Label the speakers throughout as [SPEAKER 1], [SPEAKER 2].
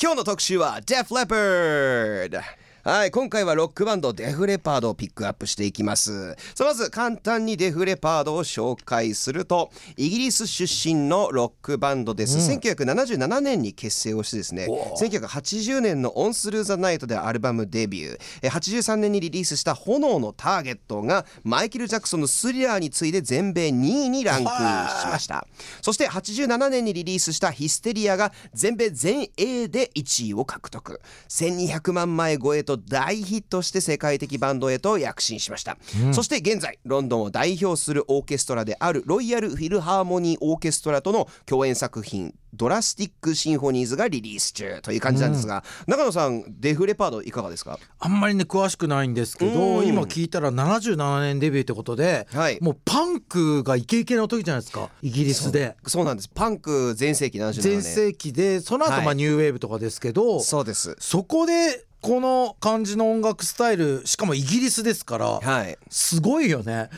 [SPEAKER 1] 今日の特集はデフレパードはい今回はロックバンドデフレパードをピックアップしていきますさあまず簡単にデフレパードを紹介するとイギリス出身のロックバンドです、1977年に結成をしてですね1980年の「オンスルーザナイトでアルバムデビューえー83年にリリースした「炎のターゲット」がマイケル・ジャクソンの「スリラー」に次いで全米2位にランクインしましたそして87年にリリースした「ヒステリア」が全米全英で1位を獲得1200万枚超えと大ヒットして世界的バンドへと躍進しました、そして現在ロンドンを代表するオーケストラであるロイヤル・フィルハーモニー・オーケストラとの共演作品「ドラスティック・シンフォニーズ」がリリース中という感じなんですが、中野さんデフレパードいかがですか
[SPEAKER 2] あんまりね詳しくないんですけど
[SPEAKER 1] うん
[SPEAKER 2] 今聞いたら77年デビューってことで、
[SPEAKER 1] はい
[SPEAKER 2] もうパンクがイケイケの時じゃないですかイギリスで
[SPEAKER 1] そうなんですパンク全盛期77年
[SPEAKER 2] 全盛期でその後ま
[SPEAKER 1] は
[SPEAKER 2] あ
[SPEAKER 1] い
[SPEAKER 2] ニューウェーブとかですけど、
[SPEAKER 1] そうです
[SPEAKER 2] そこでこの感じの音楽スタイルしかもイギリスですから、
[SPEAKER 1] はい
[SPEAKER 2] すごいよね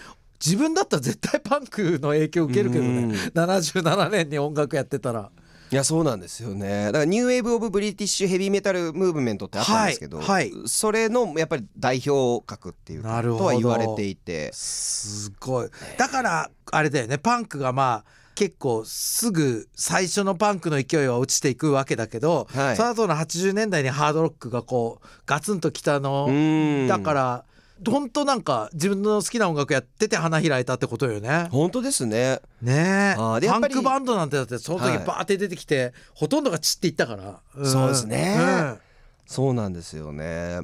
[SPEAKER 2] 自分だったら絶対パンクの影響受けるけど
[SPEAKER 1] うん
[SPEAKER 2] ね77年に音楽やってたら
[SPEAKER 1] いやそうなんですよねだからニューウェーブ・オブ・ブリティッシュ・ヘビーメタル・ムーブメントってあったんですけど、
[SPEAKER 2] はいはい
[SPEAKER 1] それのやっぱり代表格っていうか
[SPEAKER 2] なる
[SPEAKER 1] と
[SPEAKER 2] ほど
[SPEAKER 1] は言われていて
[SPEAKER 2] すごいだからあれだよねパンクがまあ結構すぐ最初のパンクの勢いは落ちていくわけだけど、
[SPEAKER 1] はい
[SPEAKER 2] その後の80年代にハードロックがこうガツンときたの
[SPEAKER 1] うん
[SPEAKER 2] だから本当なんか自分の好きな音楽やってて花開いたってことよね。
[SPEAKER 1] 本当ですね
[SPEAKER 2] ねえ
[SPEAKER 1] あーでや
[SPEAKER 2] パ
[SPEAKER 1] っ
[SPEAKER 2] ン
[SPEAKER 1] ぱり
[SPEAKER 2] クバンドなんてだってその時
[SPEAKER 1] はい
[SPEAKER 2] バーって出てきて、ほとんどが散っていったから、ん
[SPEAKER 1] そうですね
[SPEAKER 2] うん
[SPEAKER 1] そうなんですよね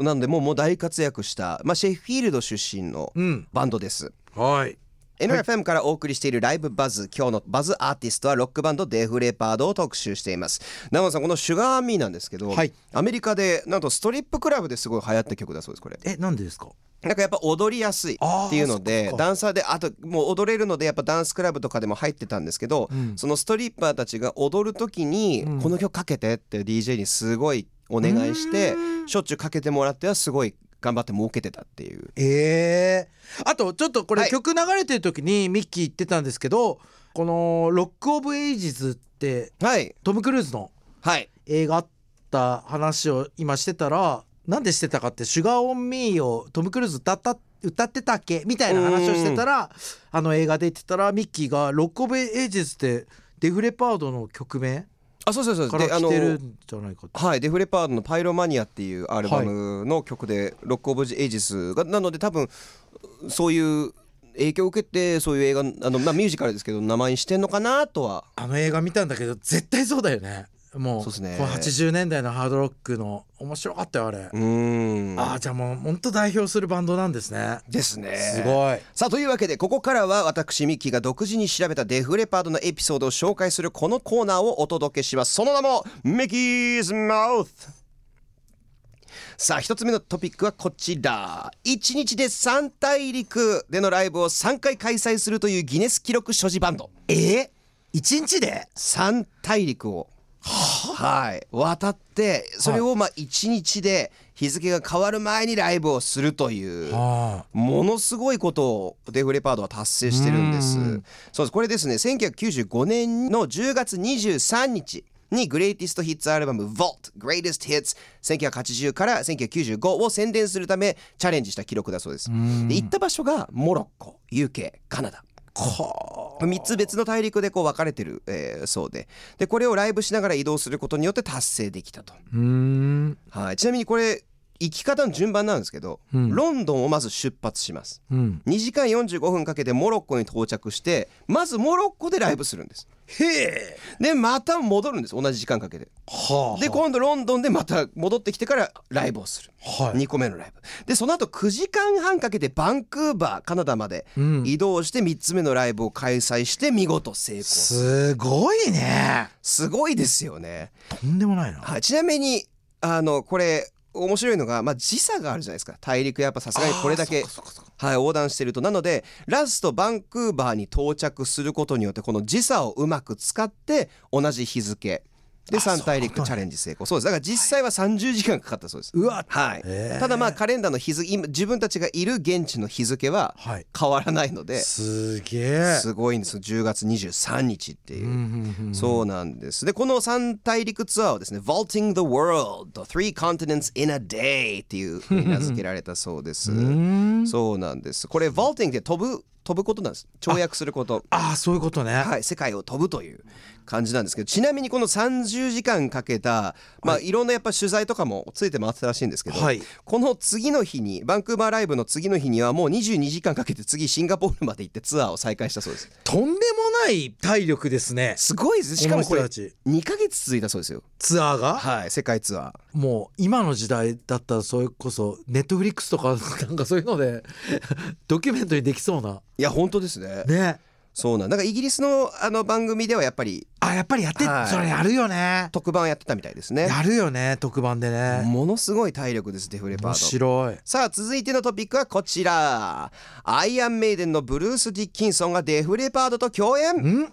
[SPEAKER 1] なのでもうもう大活躍した、まあ、シェフィールド出身の
[SPEAKER 2] うん
[SPEAKER 1] バンドです、
[SPEAKER 2] はい。
[SPEAKER 1] NFM からお送りしているライブバズ、今日のバズアーティストはロックバンドデフレパードを特集しています長野さんこの「シュガーアーミーなんですけど、
[SPEAKER 2] はい
[SPEAKER 1] アメリカでなんとストリップクラブですごい流行った曲だそうですこれ
[SPEAKER 2] えなんでですか。
[SPEAKER 1] なんかやっぱ踊りやすいっていうの
[SPEAKER 2] あーそっか
[SPEAKER 1] で
[SPEAKER 2] そっか
[SPEAKER 1] ダンサーであともう踊れるのでやっぱダンスクラブとかでも入ってたんですけど、
[SPEAKER 2] うん
[SPEAKER 1] そのストリッパーたちが踊る時に、
[SPEAKER 2] うん
[SPEAKER 1] この曲かけてって DJ にすごいお願いしてしょっちゅうかけてもらってはすごい頑張って儲けてたっていう
[SPEAKER 2] ええあとちょっとこ
[SPEAKER 1] は
[SPEAKER 2] れ
[SPEAKER 1] い
[SPEAKER 2] 曲流れてる時にミッキー言ってたんですけど、この「ロック・オブ・エイジズ」って
[SPEAKER 1] はい
[SPEAKER 2] トム・クルーズの
[SPEAKER 1] はい
[SPEAKER 2] 映画あった話を今してたらなんでしてたかって「シュガー・オン・ミー」をトム・クルーズ歌った歌ってたっけみたいな話をしてたらあの映画で言ってたらミッキーが「ロック・オブ・エイジズ」ってデフレパードの曲名
[SPEAKER 1] あそうそうそう
[SPEAKER 2] から
[SPEAKER 1] あ
[SPEAKER 2] 来てるんじゃないかって。
[SPEAKER 1] はい、デフレパードの「パイロマニア」っていうアルバムの曲で「ロック・オブ・エイジスが」なので多分そういう影響を受けてそういう映画あの、まあ、ミュージカルですけど名前にしてんのかなとは
[SPEAKER 2] あの映画見たんだけど絶対そうだよねもう
[SPEAKER 1] そうっすね
[SPEAKER 2] この80年代のハードロックの面白かったよあれ、
[SPEAKER 1] うーん
[SPEAKER 2] ああじゃあもう本当代表するバンドなんですね
[SPEAKER 1] ですね
[SPEAKER 2] すごい
[SPEAKER 1] さあというわけでここからは私ミッキーが独自に調べたデフレパードのエピソードを紹介するこのコーナーをお届けしますその名もミッキーズマウスさあ一つ目のトピックはこちら1日で3大陸でのライブを3回開催するというギネス記録所持バンド
[SPEAKER 2] えー、1日で
[SPEAKER 1] 3大陸をはい渡ってそれをまあ1日で日付が変わる前にライブをするという。
[SPEAKER 2] あ
[SPEAKER 1] ものすごいことをデフレパードは達成してるんです。そうですこれですね1995年の10月23日にグレイティストヒッツアルバム VOLT Greatest Hits 1980から1995を宣伝するためチャレンジした記録だそうです。で行った場所がモロッコ UK カナダ。
[SPEAKER 2] こ
[SPEAKER 1] 3つ別の大陸でこう分かれてる、えーそうででこれをライブしながら移動することによって達成できたと、
[SPEAKER 2] ううん
[SPEAKER 1] はい、ちなみにこれ行き方の順番なんですけど、
[SPEAKER 2] うん
[SPEAKER 1] ロンドンをまず出発します
[SPEAKER 2] うん
[SPEAKER 1] 2時間45分かけてモロッコに到着してまずモロッコでライブするんです
[SPEAKER 2] へえ
[SPEAKER 1] でまた戻るんです同じ時間かけて
[SPEAKER 2] はあ
[SPEAKER 1] で今度ロンドンでまた戻ってきてからライブをする
[SPEAKER 2] はい
[SPEAKER 1] 2個目のライブでその後9時間半かけてバンクーバーカナダまで
[SPEAKER 2] うん
[SPEAKER 1] 移動して3つ目のライブを開催して見事成功
[SPEAKER 2] すごいね
[SPEAKER 1] すごいですよね
[SPEAKER 2] とんでもないな
[SPEAKER 1] はい、ちなみにあのこれ面白いのが、まあ、時差があるじゃないですか大陸やっぱさすがにこれだけ
[SPEAKER 2] あーそっかそっかそっか
[SPEAKER 1] はい、横断してるとなのでラストバンクーバーに到着することによってこの時差をうまく使って同じ日付で
[SPEAKER 2] あそう
[SPEAKER 1] 3大陸チャレンジ成功そうですだから実際は30時間かかったそうです
[SPEAKER 2] うわ
[SPEAKER 1] はい
[SPEAKER 2] へー
[SPEAKER 1] ただまあカレンダーの日付今自分たちがいる現地の日付は
[SPEAKER 2] はい
[SPEAKER 1] 変わらないのです
[SPEAKER 2] げえ
[SPEAKER 1] すごいんですよ10月23日っていううん
[SPEAKER 2] うんうん
[SPEAKER 1] そうなんです。で、この三大陸ツアーはですね、Vaulting the World, Three Continents in a Day っていうふうに名付けられたそう です。そうなんです。これ、Vaulting って飛ぶ、飛ぶことなんです。跳躍すること。
[SPEAKER 2] ああそういうことね
[SPEAKER 1] はい、世界を飛ぶという感じなんですけどちなみにこの30時間かけた、まあ、いろんなやっぱ取材とかもついて回ってたらしいんですけど、
[SPEAKER 2] はい
[SPEAKER 1] この次の日にバンクーバーライブの次の日にはもう22時間かけて次シンガポールまで行ってツアーを再開したそうです
[SPEAKER 2] とんでもない体力ですね
[SPEAKER 1] すごいですしかもこれ
[SPEAKER 2] この人たち
[SPEAKER 1] 2ヶ月続いたそうですよ
[SPEAKER 2] ツアーが
[SPEAKER 1] はい、世界ツアー。
[SPEAKER 2] もう今の時代だったらそれこそネットフリックスとかなんかそういうので ドキュメントにできそうない
[SPEAKER 1] や、本当ですね。
[SPEAKER 2] ね
[SPEAKER 1] そうなん、なんかイギリスの、あの番組ではやっぱり
[SPEAKER 2] あやっぱりやって、
[SPEAKER 1] はい
[SPEAKER 2] それやるよね
[SPEAKER 1] 特番やってたみたいですね。
[SPEAKER 2] やるよね特番でね
[SPEAKER 1] ものすごい体力です、デフレパード。
[SPEAKER 2] 面白い
[SPEAKER 1] さあ続いてのトピックはこちらアイアンメイデンのブルース・ディッキンソンがデフレパードと共演
[SPEAKER 2] ん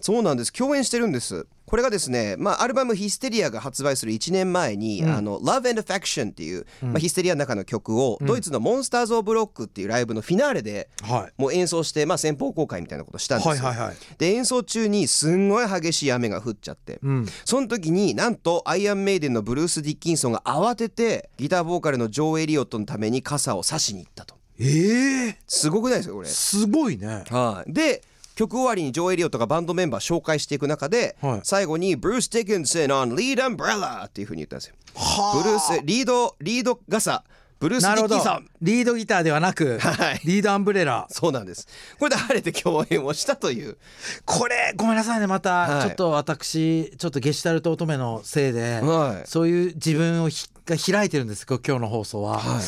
[SPEAKER 1] そうなんです共演してるんですこれがですね、まあ、アルバム「ヒステリア」が発売する1年前に「あの Love and Affection」っていう、まあ、ヒステリアの中の曲を、ドイツの「モンスターズ・オブ・ロック」っていうライブのフィナーレで
[SPEAKER 2] はい
[SPEAKER 1] もう演奏して、まあ、先方公開みたいなことしたんですよ、
[SPEAKER 2] はいはいはい
[SPEAKER 1] で演奏中にすんごい激しい雨が降っちゃって、
[SPEAKER 2] うん
[SPEAKER 1] その時になんとアイアンメイデンのブルース・ディッキンソンが慌ててギターボーカルのジョー・エリオットのために傘を差しに行ったと
[SPEAKER 2] えー、
[SPEAKER 1] すごくないですかこれ
[SPEAKER 2] すごいね
[SPEAKER 1] はい、で曲終わりにジョー・エリオットがバンドメンバー紹介していく中で、
[SPEAKER 2] はい
[SPEAKER 1] 最後に「ブルース・ディキンソン on lead umbrella」っていうふうに言ったんですよ。
[SPEAKER 2] は
[SPEAKER 1] ブルースリードリード傘ブルース・ディッキンソン
[SPEAKER 2] リードギターではなく、
[SPEAKER 1] はい
[SPEAKER 2] リードアンブレラ
[SPEAKER 1] そうなんですこれで晴れて共演をしたという
[SPEAKER 2] これごめんなさいねま
[SPEAKER 1] は
[SPEAKER 2] た
[SPEAKER 1] い
[SPEAKER 2] ちょっと私ちょっとゲシュタルト乙女のせいで、
[SPEAKER 1] はい
[SPEAKER 2] そういう自分をひが開いてるんです今日の放送は、
[SPEAKER 1] はい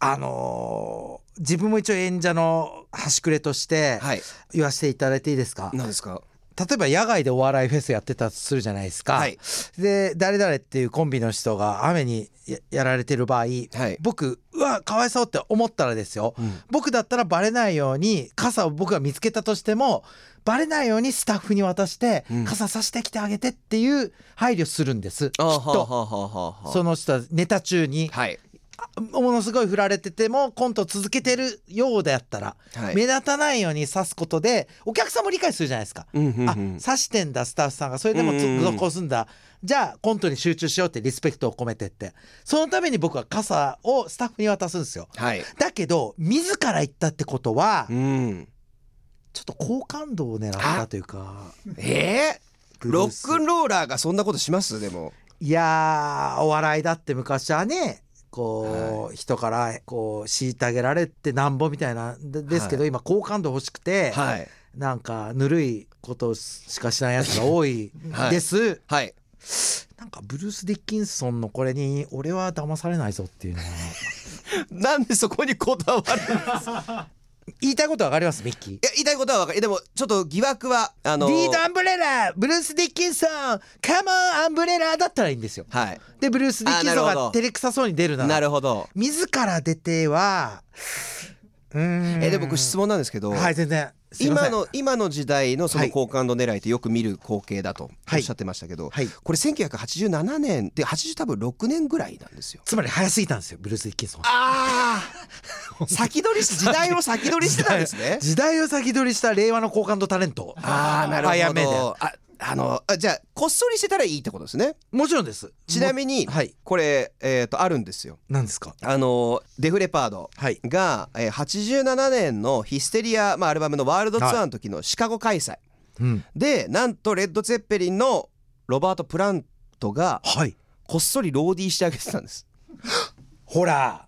[SPEAKER 2] あのー自分も一応演者の端くれとして
[SPEAKER 1] はい
[SPEAKER 2] 言わせていただいていいですか、
[SPEAKER 1] なんですか
[SPEAKER 2] 例えば野外でお笑いフェスやってたとするじゃないですか、
[SPEAKER 1] はい
[SPEAKER 2] で誰々っていうコンビの人が雨にややられてる場合、僕うわかわいそうって思ったらですよ、僕だったらバレないように傘を僕が見つけたとしてもバレないようにスタッフに渡して、
[SPEAKER 1] ん
[SPEAKER 2] 傘さしてきてあげてっていう配慮するんですきっ
[SPEAKER 1] あはあは
[SPEAKER 2] と。
[SPEAKER 1] あはあはあ
[SPEAKER 2] その人はネタ中に、
[SPEAKER 1] はい
[SPEAKER 2] あものすごい振られててもコント続けてるようであったら、
[SPEAKER 1] はい
[SPEAKER 2] 目立たないように刺すことでお客さんも理解するじゃないですか、
[SPEAKER 1] うんうんうん
[SPEAKER 2] あ刺してんだスタッフさんがそれでも
[SPEAKER 1] うんうんうん
[SPEAKER 2] 続行すんだ、じゃあコントに集中しようってリスペクトを込めてってそのために僕は傘をスタッフに渡すんですよ
[SPEAKER 1] はい
[SPEAKER 2] だけど自ら行ったってことは
[SPEAKER 1] うん
[SPEAKER 2] ちょっと好感度を狙ったというか
[SPEAKER 1] えー、
[SPEAKER 2] ブル
[SPEAKER 1] ロ
[SPEAKER 2] ース
[SPEAKER 1] ックンローラーがそんなことしますでも
[SPEAKER 2] いやーお笑いだって昔はねこう、人からこう虐げられてなんぼみたいなでですけど、今好感度欲しくて、
[SPEAKER 1] はい
[SPEAKER 2] なんかぬるいことしかしないやつが多 い
[SPEAKER 1] はい
[SPEAKER 2] です、
[SPEAKER 1] はい
[SPEAKER 2] なんかブルース・ディッキンソンのこれに俺は騙されないぞっていうのは
[SPEAKER 1] なんでそこにこだわるい
[SPEAKER 2] 言いたいことは分かりますミッキー。
[SPEAKER 1] や言いたいことはわかるでもちょっと疑惑はあのー
[SPEAKER 2] リードアンブレラブルース・ディッキンソンカモンアンブレラだったらいいんですよ。
[SPEAKER 1] はい
[SPEAKER 2] でブルース・ディッキンソン
[SPEAKER 1] あなるほ
[SPEAKER 2] が
[SPEAKER 1] ど
[SPEAKER 2] 照れくさそうに出るなら
[SPEAKER 1] なるほど
[SPEAKER 2] 自ら出てはうーん
[SPEAKER 1] えで僕質問なんですけど、
[SPEAKER 2] はい全然すいませ
[SPEAKER 1] 今
[SPEAKER 2] ん
[SPEAKER 1] の今の時代のその
[SPEAKER 2] はい
[SPEAKER 1] 好感度狙いってよく見る光景だとお
[SPEAKER 2] は
[SPEAKER 1] っ
[SPEAKER 2] い
[SPEAKER 1] しゃってましたけど、
[SPEAKER 2] はい
[SPEAKER 1] これ1987年で80多分6年ぐらいなんですよ。
[SPEAKER 2] つまり早すぎたんですよブルース・ディッキンソン
[SPEAKER 1] ああ 先取りし時代を先取りしてたんです ね。
[SPEAKER 2] 時代を先取りした令和の好感度タレント
[SPEAKER 1] ああなる
[SPEAKER 2] アイア
[SPEAKER 1] ほ
[SPEAKER 2] ンメイデン
[SPEAKER 1] ど。ああのあじゃあこっそりしてたらいいってことですね。
[SPEAKER 2] もちろんです
[SPEAKER 1] ちなみに、
[SPEAKER 2] もはい
[SPEAKER 1] これえっ、とあるんですよ。
[SPEAKER 2] 何ですか
[SPEAKER 1] あのデフレパード
[SPEAKER 2] はい
[SPEAKER 1] が、えー87年のヒステリア、まあ、アルバムのワールドツアーの時のシカゴ開催。
[SPEAKER 2] うん
[SPEAKER 1] でなんとレッド・ツェッペリンのロバート・プラントが
[SPEAKER 2] はい
[SPEAKER 1] こっそりローディーしてあげてたんです
[SPEAKER 2] ほら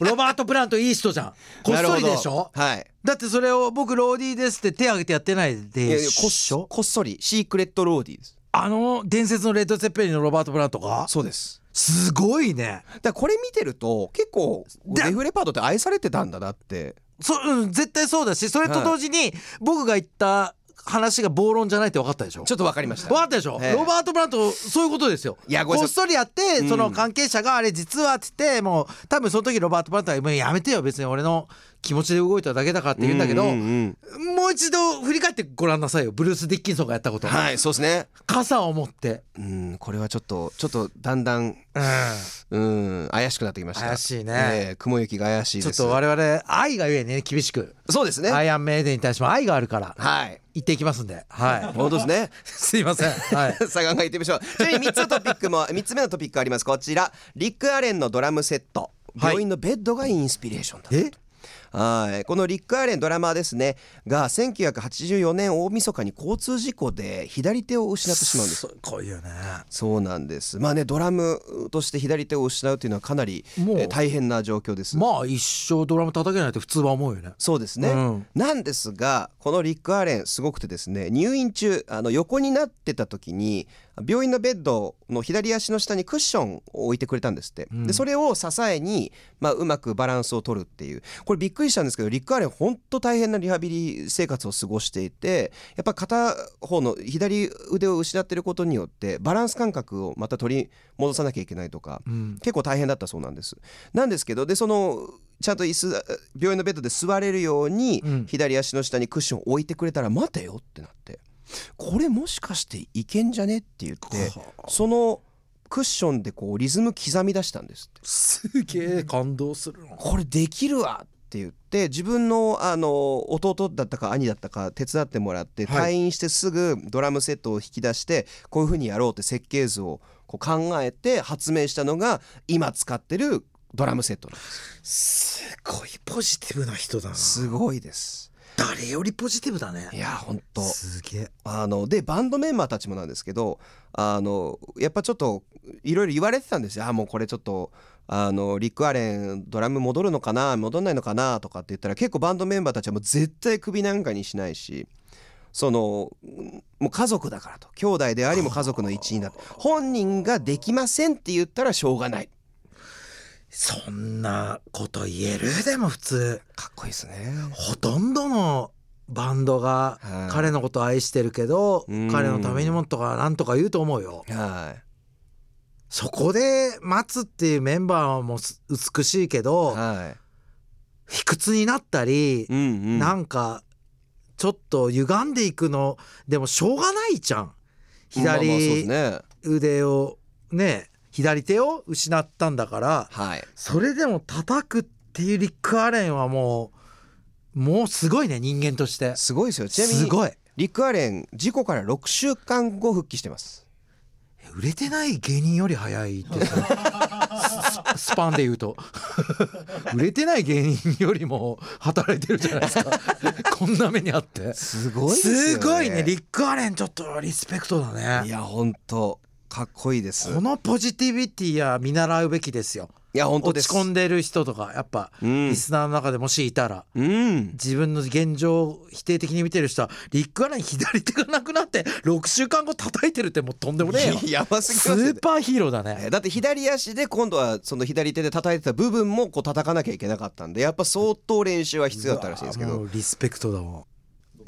[SPEAKER 2] ロバート・プラントいい人じゃん こっ
[SPEAKER 1] なる
[SPEAKER 2] そ
[SPEAKER 1] ほ
[SPEAKER 2] り
[SPEAKER 1] ど
[SPEAKER 2] でしょ
[SPEAKER 1] はい
[SPEAKER 2] だってそれを僕ローディーですって手挙げてやってない
[SPEAKER 1] いや
[SPEAKER 2] で
[SPEAKER 1] いやこっ
[SPEAKER 2] しょ
[SPEAKER 1] こっそりシークレット・ローディーです
[SPEAKER 2] あの伝説のレッド・ゼッペリンのロバート・プラントが
[SPEAKER 1] そうです
[SPEAKER 2] すごいね
[SPEAKER 1] だからこれ見てると結構
[SPEAKER 2] だ
[SPEAKER 1] デフレパードって愛されてたんだなって
[SPEAKER 2] そうん絶対そうだしそれと同時に僕が言った話が暴論じゃないって分かったでしょ
[SPEAKER 1] ちょっとわかりました
[SPEAKER 2] 分かったでしょ、
[SPEAKER 1] ええ
[SPEAKER 2] ロバート・ブラントそういうことですよ
[SPEAKER 1] いやごめん
[SPEAKER 2] こ
[SPEAKER 1] な
[SPEAKER 2] っ
[SPEAKER 1] さ
[SPEAKER 2] そりやって、
[SPEAKER 1] うん
[SPEAKER 2] その関係者があれ実はっつってもう多分その時ロバート・ブラントが「もうやめてよ別に俺の気持ちで動いただけだから」って言うんだけど、
[SPEAKER 1] ううん
[SPEAKER 2] もう一度振り返ってごらんなさいよブルース・ディッキンソンがやったこと、
[SPEAKER 1] はいそうですね
[SPEAKER 2] 傘を持って、
[SPEAKER 1] うんこれはちょっとちょっとだんだん
[SPEAKER 2] うん
[SPEAKER 1] うん怪しくなってきました
[SPEAKER 2] 怪しいね
[SPEAKER 1] え雲行きが怪しい
[SPEAKER 2] ちょ
[SPEAKER 1] で
[SPEAKER 2] っ
[SPEAKER 1] す
[SPEAKER 2] と我々愛がゆえにね厳しく
[SPEAKER 1] そうですね
[SPEAKER 2] アイアンメイデンに対しても愛があるから
[SPEAKER 1] はい
[SPEAKER 2] 言っていきますんではい
[SPEAKER 1] 本当 ですね
[SPEAKER 2] すいませんはい
[SPEAKER 1] さあ考えてみましょうちなみに3つのトピックも3 つ目のトピックありますこちらリック・アレンのドラムセット
[SPEAKER 2] はい
[SPEAKER 1] 病院のベッドがインスピレーションだ
[SPEAKER 2] え
[SPEAKER 1] はいこのリック・アレンドラマーですねが1984年大晦日に交通事故で左手を失ってしまうんです
[SPEAKER 2] すごいよね
[SPEAKER 1] そうなんですまあねドラムとして左手を失うというのはかなり、え
[SPEAKER 2] もう
[SPEAKER 1] ー大変な状況です、
[SPEAKER 2] まあ一生ドラム叩けないって普通は思うよね
[SPEAKER 1] そうですね、
[SPEAKER 2] うん
[SPEAKER 1] なんですがこのリック・アレンすごくてですね入院中あの横になってた時に病院のベッドの左足の下にクッションを置いてくれたんですって、
[SPEAKER 2] うん
[SPEAKER 1] でそれを支えに、まあ、うまくバランスを取るっていうこれびっくりしたんですけどリック・アレン本当大変なリハビリ生活を過ごしていてやっぱ片方の左腕を失ってることによってバランス感覚をまた取り戻さなきゃいけないとか、
[SPEAKER 2] うん
[SPEAKER 1] 結構大変だったそうなんですなんですけどでそのちゃんと椅子病院のベッドで座れるように、
[SPEAKER 2] うん
[SPEAKER 1] 左足の下にクッションを置いてくれたら待てよってなってこれもしかしていけんじゃねって言ってそのクッションでこうリズム刻み出したんですって
[SPEAKER 2] すげえ感動するの
[SPEAKER 1] これできるわって言って自分のあの弟だったか兄だったか手伝ってもらって
[SPEAKER 2] は
[SPEAKER 1] 退院してすぐドラムセットを引き出してこういう風にやろうって設計図をこう考えて発明したのが今使ってるドラムセットなんです
[SPEAKER 2] すごいポジティブな人だな
[SPEAKER 1] すごいです
[SPEAKER 2] 誰よりポジティブだね
[SPEAKER 1] いや本当
[SPEAKER 2] すげえ
[SPEAKER 1] あのでバンドメンバーたちもなんですけどあのやっぱちょっといろいろ言われてたんですよあもうこれちょっとあのリック・アレンドラム戻るのかな戻んないのかなとかって言ったら結構バンドメンバーたちはもう絶対首なんかにしないしそのうんもう家族だからと兄弟でありも家族の一員だと本人ができませんって言ったらしょうがない
[SPEAKER 2] そんなこと言えるでも普通
[SPEAKER 1] かっこいいですね
[SPEAKER 2] ほとんどのバンドが
[SPEAKER 1] はい
[SPEAKER 2] 彼のこと愛してるけど、
[SPEAKER 1] うん
[SPEAKER 2] 彼のためにもとかなんとか言うと思うよ。
[SPEAKER 1] は
[SPEAKER 2] そこで待つっていうメンバーもす美しいけ
[SPEAKER 1] い
[SPEAKER 2] ど、
[SPEAKER 1] は
[SPEAKER 2] 卑屈になったり
[SPEAKER 1] い、うんうん
[SPEAKER 2] なんかちょっと歪んでいくのでもしょうがないじゃん。
[SPEAKER 1] まあまあそうです
[SPEAKER 2] 左
[SPEAKER 1] ね
[SPEAKER 2] 腕をね左手を失ったんだから
[SPEAKER 1] はい
[SPEAKER 2] それでも叩くっていうリック・アレンはもうもうすごいね人間として。
[SPEAKER 1] すごいですよちなみ
[SPEAKER 2] す
[SPEAKER 1] に
[SPEAKER 2] ごい
[SPEAKER 1] リック・アレン事故から6週間後復帰してます
[SPEAKER 2] 売れてない芸人より早いって さススパンで言うと売れてない芸人よりも働いてるじゃないです かこんな目にあって
[SPEAKER 1] すご
[SPEAKER 2] すごいねリック・アレンちょっとリスペクトだ
[SPEAKER 1] い
[SPEAKER 2] ね
[SPEAKER 1] や本当かっこいいです
[SPEAKER 2] このポジティビティは見習うべきですよ
[SPEAKER 1] いや本当で
[SPEAKER 2] 落
[SPEAKER 1] す
[SPEAKER 2] ち込んでる人とかやっぱ、
[SPEAKER 1] うん
[SPEAKER 2] リスナーの中でもしいたら
[SPEAKER 1] うん
[SPEAKER 2] 自分の現状を否定的に見てる人はリック・アレン左手がなくなって6週間後叩いてるってもうとんでもねえよ
[SPEAKER 1] やばすぎ
[SPEAKER 2] ス
[SPEAKER 1] ますよ
[SPEAKER 2] ー
[SPEAKER 1] ね
[SPEAKER 2] パーヒーローだね
[SPEAKER 1] えだって左足で今度はその左手で叩いてた部分もこう叩かなきゃいけなかったんでやっぱ相当練習は必要だったらしいんですけ
[SPEAKER 2] うわ
[SPEAKER 1] ど
[SPEAKER 2] もうリスペクトだもん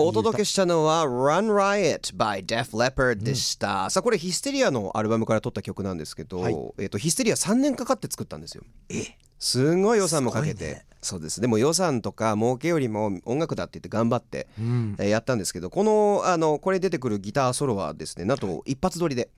[SPEAKER 1] お届けしたのは Run Riot by Def Leppard でした、さあこれヒステリアのアルバムから取った曲なんですけど、
[SPEAKER 2] はい
[SPEAKER 1] えっとヒステリア3年かかって作ったんですよ
[SPEAKER 2] え
[SPEAKER 1] すんごい予算もかけ
[SPEAKER 2] す
[SPEAKER 1] て、
[SPEAKER 2] ごいね
[SPEAKER 1] そうですでも予算とか儲けよりも音楽だって言って頑張って、
[SPEAKER 2] うん
[SPEAKER 1] えーやったんですけどこのあのこれ出てくるギターソロはですねなんと一発撮りで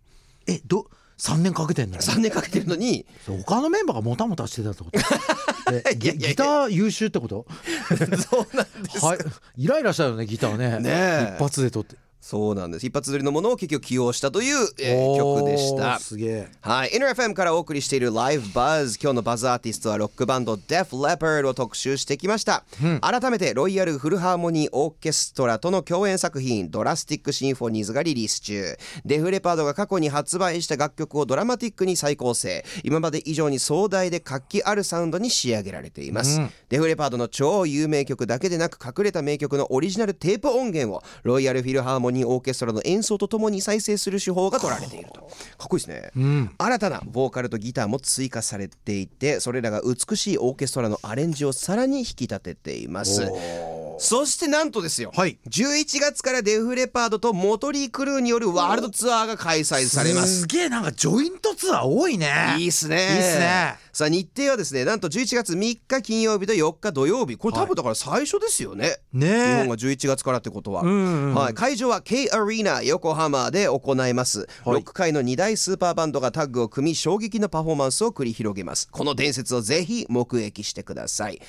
[SPEAKER 2] えど3年かけてんのよ
[SPEAKER 1] 3年かけてるのに
[SPEAKER 2] 他のメンバーがもたもたしてたっ てこと
[SPEAKER 1] いやいや
[SPEAKER 2] え
[SPEAKER 1] いや
[SPEAKER 2] ギギター優秀ってこと
[SPEAKER 1] そうなんです
[SPEAKER 2] はいイライラしたよねギターね
[SPEAKER 1] ねえ
[SPEAKER 2] 一発で撮って
[SPEAKER 1] そうなんです一発撮りのものを結局起用したという、えー曲でした
[SPEAKER 2] おーすげえ
[SPEAKER 1] はい、NRFM からお送りしている Live Buzz 今日のバズアーティストはロックバンド Def Leppard を特集してきました、改めてロイヤルフルハーモニーオーケストラとの共演作品ドラスティックシンフォニーズがリリース中デフレパードが過去に発売した楽曲をドラマティックに再構成今まで以上に壮大で活気あるサウンドに仕上げられています、デフレパードの超有名曲だけでなく隠れた名曲のオリジナルテープ音源をロイヤルフィルハーモニーオーケストラの演奏とともに再生する手法が取られているとかっこいいですね、新たなボーカルとギターも追加されていてそれらが美しいオーケストラのアレンジをさらに引き立てていますそしてなんとですよ、
[SPEAKER 2] はい
[SPEAKER 1] 11月からデフレパードとモトリークルーによるワールドツアーが開催されます
[SPEAKER 2] すげえなんかジョイントツアー多いね
[SPEAKER 1] いいっすね
[SPEAKER 2] いいっすね
[SPEAKER 1] さあ日程はですねなんと11月3日金曜日と4日土曜日これ多
[SPEAKER 2] は
[SPEAKER 1] 分だから最初ですよね、
[SPEAKER 2] ね
[SPEAKER 1] 日本
[SPEAKER 2] え
[SPEAKER 1] が11月からってことは、
[SPEAKER 2] うん
[SPEAKER 1] はい、会場は K アリーナ横浜で行います、
[SPEAKER 2] はい
[SPEAKER 1] ロック界の2大スーパーバンドがタッグを組み衝撃のパフォーマンスを繰り広げますこの伝説をぜひ目撃してください